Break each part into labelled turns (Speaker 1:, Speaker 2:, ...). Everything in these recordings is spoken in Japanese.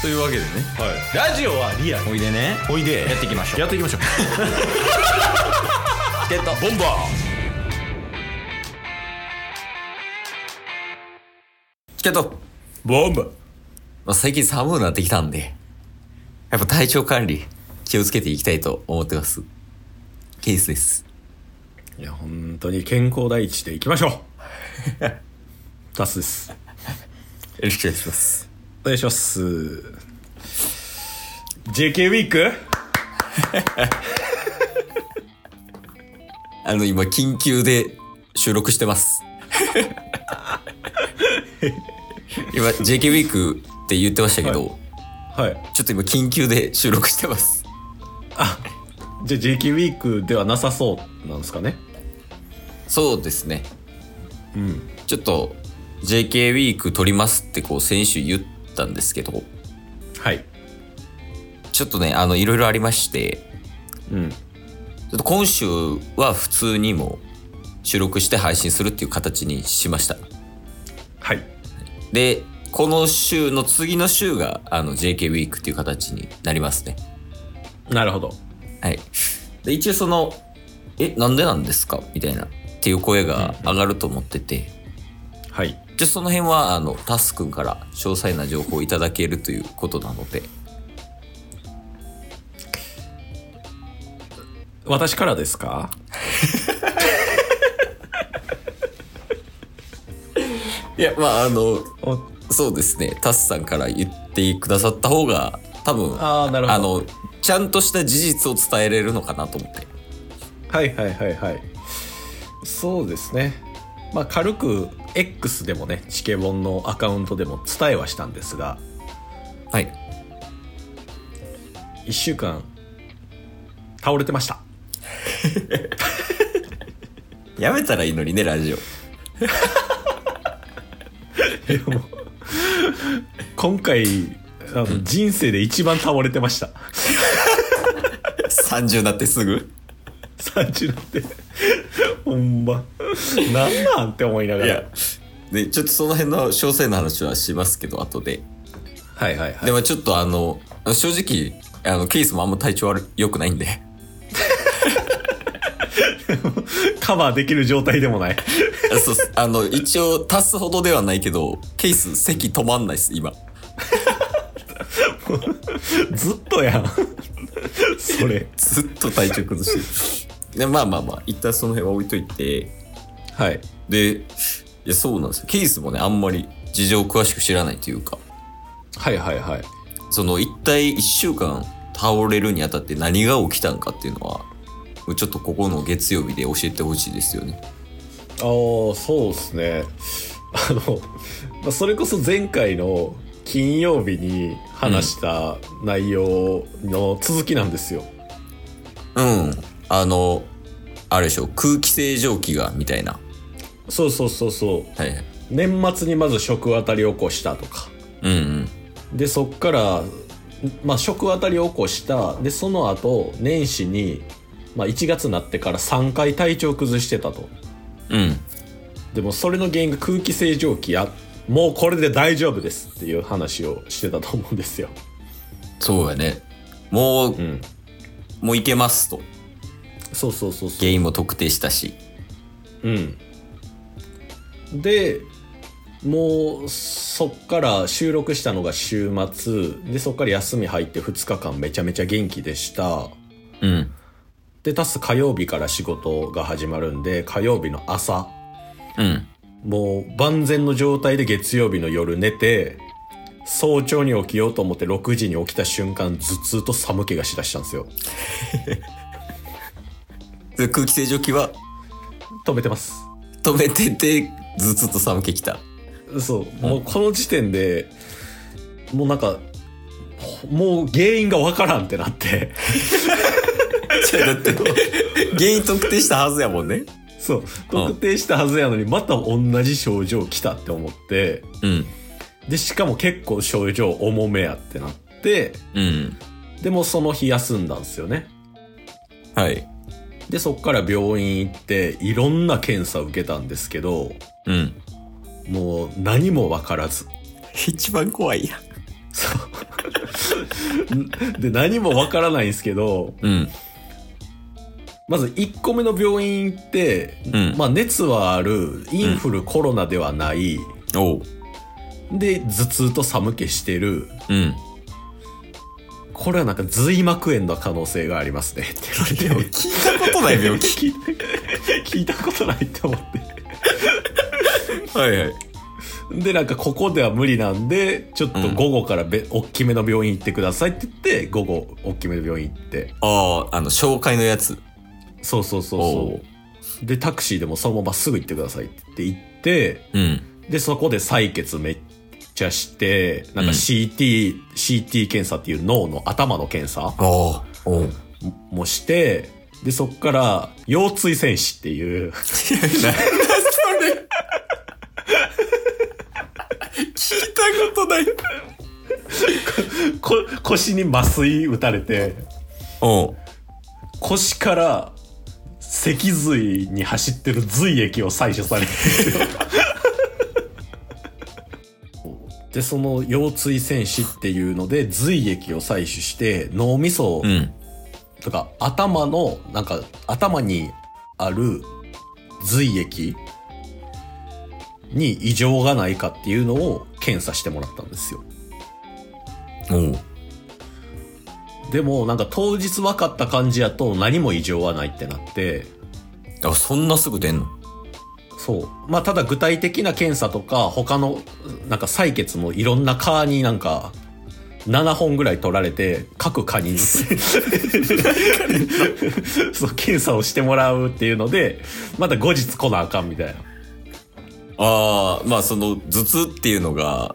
Speaker 1: というわけでね
Speaker 2: はい、ラジオはリアル
Speaker 1: おいでね
Speaker 2: おいで
Speaker 1: やっていきましょう
Speaker 2: やっていきましょう
Speaker 1: ってた
Speaker 2: ボンバ
Speaker 1: チケット、
Speaker 2: ーボンバー
Speaker 1: まあ、最近寒くなってきたんでやっぱ体調管理気をつけていきたいと思ってますケースです
Speaker 2: いや本当に健康第一でいきましょう タスです
Speaker 1: よろしくお願いします
Speaker 2: お願いします JK ウィーク
Speaker 1: あの今緊急で収録してます 今 JK ウィークって言ってましたけど、
Speaker 2: はい
Speaker 1: ちょっと今緊急で収録してます
Speaker 2: じゃあ JK ウィークではなさそうなんですかね
Speaker 1: そうですね
Speaker 2: うん
Speaker 1: ちょっと JK ウィーク撮りますってこう先週言ったんですけど
Speaker 2: はい
Speaker 1: ちょっとねあのいろいろありまして
Speaker 2: うん
Speaker 1: ちょっと今週は普通にも収録して配信するっていう形にしました。
Speaker 2: はい
Speaker 1: で、この週の次の週があの JK ウィークっていう形になりますね。
Speaker 2: なるほど
Speaker 1: はい。で、一応その、え、なんでなんですかみたいなっていう声が上がると思ってて、
Speaker 2: はい
Speaker 1: じゃあその辺はあのタス君から詳細な情報をいただけるということなので、
Speaker 2: 私からですか
Speaker 1: いや、まああの、
Speaker 2: お
Speaker 1: そうですね、タスさんから言ってくださった方が多分、
Speaker 2: ああなるほ
Speaker 1: あ
Speaker 2: ど
Speaker 1: の、ちゃんとした事実を伝えれるのかなと思って。
Speaker 2: はいはいはいはいそうですねまあ軽く X でもねチケボンのアカウントでも伝えはしたんですが
Speaker 1: はい。
Speaker 2: 1週間倒れてました
Speaker 1: やめたらいいのにね、ラジオ。
Speaker 2: 今回あの人生で一番倒れてました
Speaker 1: 30になってす ぐ。
Speaker 2: 30なんて ほんまなんなんって思いなが
Speaker 1: い
Speaker 2: ら
Speaker 1: や。で、ちょっとその辺の詳細な話はしますけど、後で。
Speaker 2: はいはいは
Speaker 1: でもちょっとあの、正直、あの、ケースもあんま体調悪い良くないん で。
Speaker 2: い カバーできる状態でもない
Speaker 1: あそうっすあの、一応足すほどではないけど、ケース席止まんないです、今。
Speaker 2: ずっとやん それ
Speaker 1: ずっと体調崩してる。で、まあまあまあ、一旦その辺は置いといて。
Speaker 2: はい
Speaker 1: で、いや、そうなんですよ。ケースもね、あんまり事情を詳しく知らないというか。
Speaker 2: はいはいはい
Speaker 1: その一体一週間倒れるにあたって何が起きたんかっていうのは、もうちょっとここの月曜日で教えてほしいですよね。
Speaker 2: ああそうですねあの、まあ、それこそ前回の金曜日に話した内容の続きなんですよ、
Speaker 1: うん。あの、あれでしょ、空気清浄機が、みたいな。
Speaker 2: そうそうそうそう
Speaker 1: はいはい。
Speaker 2: 年末にまず食あたりを起こしたとか
Speaker 1: うんうん。
Speaker 2: でそっから、まあ、食あたりを起こしたでその後年始に、まあ、1月になってから3回体調崩してたと
Speaker 1: うん。
Speaker 2: でもそれの原因が空気清浄機やもうこれで大丈夫ですっていう話をしてたと思うんですよ、
Speaker 1: そうやね。もう、
Speaker 2: ん、
Speaker 1: もういけますと。
Speaker 2: そうそうそうそう
Speaker 1: 原因も特定したし。
Speaker 2: うん、でもうそっから収録したのが週末でそっから休み入って2日間めちゃめちゃ元気でした
Speaker 1: うん。
Speaker 2: でたす火曜日から仕事が始まるんで火曜日の朝
Speaker 1: うん。
Speaker 2: もう万全の状態で月曜日の夜寝て早朝に起きようと思って6時に起きた瞬間頭痛と寒気がしだしたんですよ
Speaker 1: で空気清浄機は
Speaker 2: 止めてます
Speaker 1: 止めてて、ずつと寒気き た。
Speaker 2: そう、もうこの時点で、もうなんか、もう原因がわからんってなって、
Speaker 1: ちょだって、 原因特定したはずやもんね。
Speaker 2: そう、特定したはずやのに、また同じ症状来たって思って、
Speaker 1: うん。
Speaker 2: で、しかも結構症状重めやってなって、
Speaker 1: うん。
Speaker 2: でもうその日休んだんですよね。
Speaker 1: はい。
Speaker 2: で、そっから病院行って、いろんな検査受けたんですけど、
Speaker 1: うん。
Speaker 2: もう何もわからず。
Speaker 1: 一番怖いやん
Speaker 2: そう。 で何もわからないんですけど
Speaker 1: うん。
Speaker 2: まず1個目の病院行って、
Speaker 1: うん
Speaker 2: まあ、熱はあるインフル、コロナではない
Speaker 1: おう。
Speaker 2: で頭痛と寒気してる
Speaker 1: うん。
Speaker 2: これはなんか髄膜炎の可能性がありますねって言われて
Speaker 1: 聞 いたこと ない病気。
Speaker 2: 聞い た聞いたことないって思って
Speaker 1: はいはい。
Speaker 2: でなんかここでは無理なんでちょっと午後からべ、大きめの病院行ってくださいって言って午後大きめの病院行って
Speaker 1: ああ、あの、紹介のやつ。
Speaker 2: そうそうそう
Speaker 1: お
Speaker 2: そううでタクシーでもそのまますぐ行ってくださいって言って
Speaker 1: うん。
Speaker 2: でそこで採血めっちゃしてなん
Speaker 1: うん
Speaker 2: か CT、CT 検査っていう脳の頭の検査
Speaker 1: ああ。おう。
Speaker 2: もしてでそっから腰椎戦士っていう
Speaker 1: 聞いたことない。
Speaker 2: こ腰に麻酔打たれて
Speaker 1: おう。
Speaker 2: 腰から脊髄に走ってる髄液を採取されて るでその腰椎戦士っていうので髄液を採取して脳みそ
Speaker 1: うん。
Speaker 2: とか、頭のなんか頭にある髄液に異常がないかっていうのを検査してもらったんですよ
Speaker 1: おう。
Speaker 2: でもなんか当日分かった感じやと何も異常はないってなって
Speaker 1: あ、そんなすぐ出んの
Speaker 2: そう。まあ、ただ具体的な検査とか、他の、なんか採血もいろんな蚊になんか、7本ぐらい取られて、各蚊に、 そう、検査をしてもらうっていうので、また後日来なあかんみたいな。
Speaker 1: ああ、まあその頭痛っていうのが、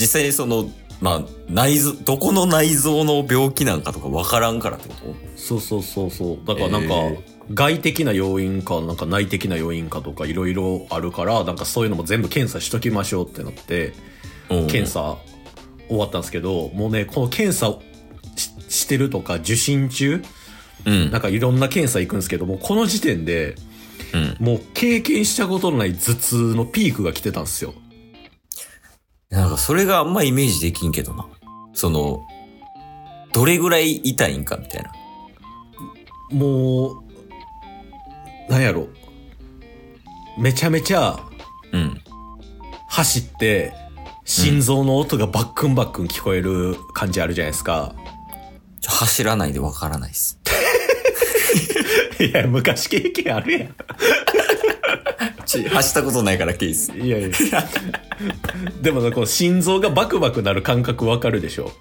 Speaker 1: 実際にその、まあ内臓、どこの内臓の病気なんかとかわからんからってこと
Speaker 2: そうそうそうそう。だからなんか、
Speaker 1: え
Speaker 2: 外的な要因か、なんか内的な要因かとかいろいろあるから、なんかそういうのも全部検査しときましょうってなって、
Speaker 1: うん
Speaker 2: 検査終わったんですけど、もうね、この検査をししてるとか受診中、
Speaker 1: うん。
Speaker 2: なんかいろんな検査行くんですけども、この時点で
Speaker 1: うん。
Speaker 2: もう経験したことのない頭痛のピークが来てたんですよ。
Speaker 1: なんかそれがあんまイメージできんけどな。その、どれぐらい痛いんかみたいな。
Speaker 2: もう、なんやろ。めちゃめちゃ
Speaker 1: うん。
Speaker 2: 走って、心臓の音がバックンバックン聞こえる感じあるじゃないですか。
Speaker 1: ちょ走らないでわからないっす。
Speaker 2: いや、昔経験あるやん。
Speaker 1: ち 走ったことないからケース。
Speaker 2: い やいや。でもね、この心臓がバクバクなる感覚わかるでしょ。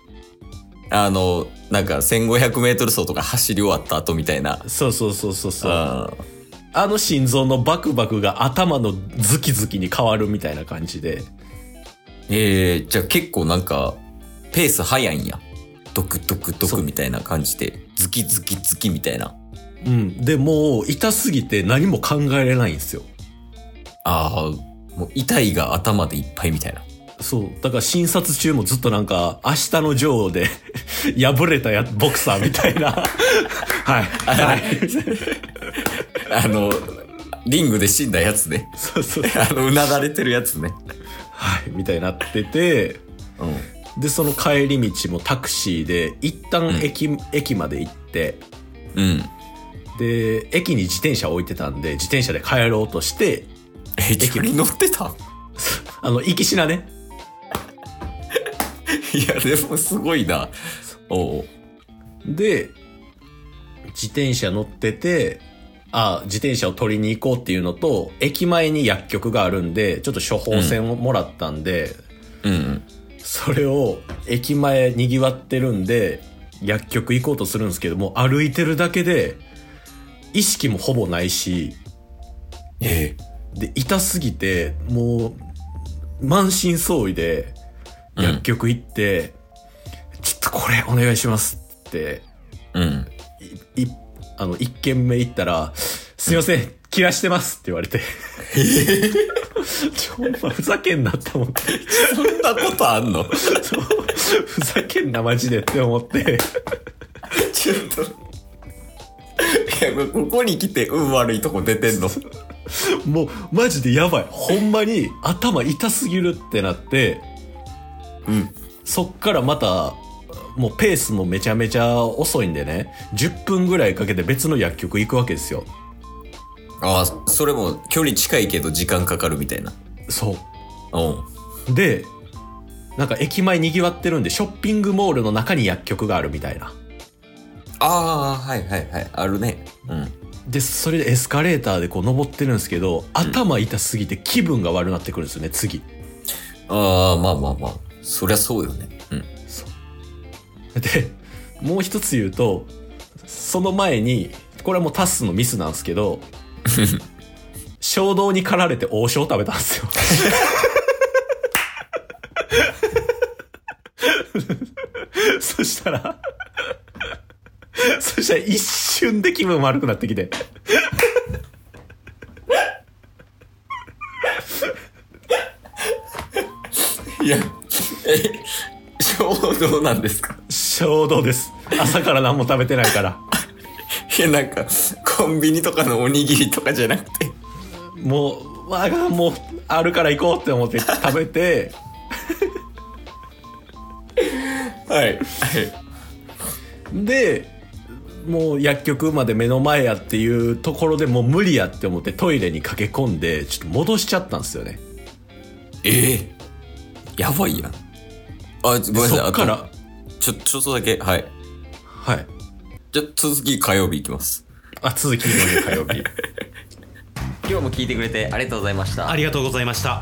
Speaker 1: あの、なんか1500メートル走とか走り終わった後みたいな。
Speaker 2: そうそうそうそうそう。
Speaker 1: あー
Speaker 2: あの心臓のバクバクが頭のズキズキに変わるみたいな感じで。
Speaker 1: えー、じゃあ結構なんか、ペース早いんや。ドクドクドクみたいな感じで、ズキズキズキみたいな。
Speaker 2: うん。で、もう痛すぎて何も考えれないんですよ。
Speaker 1: ああ、もう痛いが頭でいっぱいみたいな。
Speaker 2: そう。だから診察中もずっとなんか、明日の女王で 破れたやボクサーみたいな。 はい。はい。
Speaker 1: あの、リングで死んだやつね。
Speaker 2: そうそう。
Speaker 1: あの、うなだれてるやつね。
Speaker 2: はい。みたいになってて、
Speaker 1: うん。
Speaker 2: で、その帰り道もタクシーで、一
Speaker 1: う
Speaker 2: 旦
Speaker 1: ん
Speaker 2: 駅、駅まで行って、
Speaker 1: うん。
Speaker 2: で、駅に自転車置いてたんで、自転車で帰ろうとして、
Speaker 1: え、自分に乗ってた
Speaker 2: あの、行きしなね、
Speaker 1: いや、でもすごいな。おう
Speaker 2: で、自転車乗ってて、あ、自転車を取りに行こうっていうのと、駅前に薬局があるんで、ちょっと処方箋をもらったんで、
Speaker 1: うんうん。
Speaker 2: それを駅前賑わってるんで、薬局行こうとするんですけども、歩いてるだけで、意識もほぼないし、
Speaker 1: え
Speaker 2: で、痛すぎて、もう、満身創痍で、
Speaker 1: うん
Speaker 2: 薬局行って、ちょっとこれお願いしますって
Speaker 1: えうん。
Speaker 2: いあの、一軒目行ったら、すいません、切らしてますって言われて。 ちょ、お前ふざけんなって思って。
Speaker 1: そんなことあんの
Speaker 2: そうふざけんな、マジでって思って。
Speaker 1: ちょっと。いや、ここに来て運悪いとこ出てんの。
Speaker 2: もう、マジでやばい。ほんまに頭痛すぎるってなって、
Speaker 1: うん。
Speaker 2: そっからまた、もうペースもめちゃめちゃ遅いんでね、10分ぐらいかけて別の薬局行くわけですよ。
Speaker 1: ああ、それも距離近いけど時間かかるみたいな。
Speaker 2: そ
Speaker 1: うん。
Speaker 2: う。で、なんか駅前賑わってるんで、ショッピングモールの中に薬局があるみたいな。
Speaker 1: ああ、はいはいはい。あるね。うん。
Speaker 2: で、それでエスカレーターでこう登ってるんですけど、頭痛すぎて気分が悪くなってくるんですよね、次。
Speaker 1: ああ、まあまあまあ。そりゃそうよね。うん。
Speaker 2: で、もう一つ言うと、その前に、これはもうタスのミスなんですけど、衝動に駆られて王将食べたんですよ。 そしたら、そしたら一瞬で気分悪くなってきて。
Speaker 1: いや、え、 衝動なんですか
Speaker 2: 衝動です。朝から何も食べてないから。
Speaker 1: いや、なんか、コンビニとかのおにぎりとかじゃなくて。
Speaker 2: もう、わがもう、あるから行こうって思って食べて、
Speaker 1: はい。
Speaker 2: でもう薬局まで目の前やっていうところでもう無理やって思ってトイレに駆け込んでちょっと戻しちゃったんですよね
Speaker 1: ええやばいやん。あ、ごめんなさい。
Speaker 2: そっか
Speaker 1: あ
Speaker 2: ら
Speaker 1: とちょ、ちょっとだけ。はい。
Speaker 2: はい
Speaker 1: じゃあ、続き火曜日いきます。
Speaker 2: あ続きの火曜日
Speaker 1: 今日も聞いてくれてありがとうございました
Speaker 3: ありがとうございました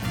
Speaker 3: す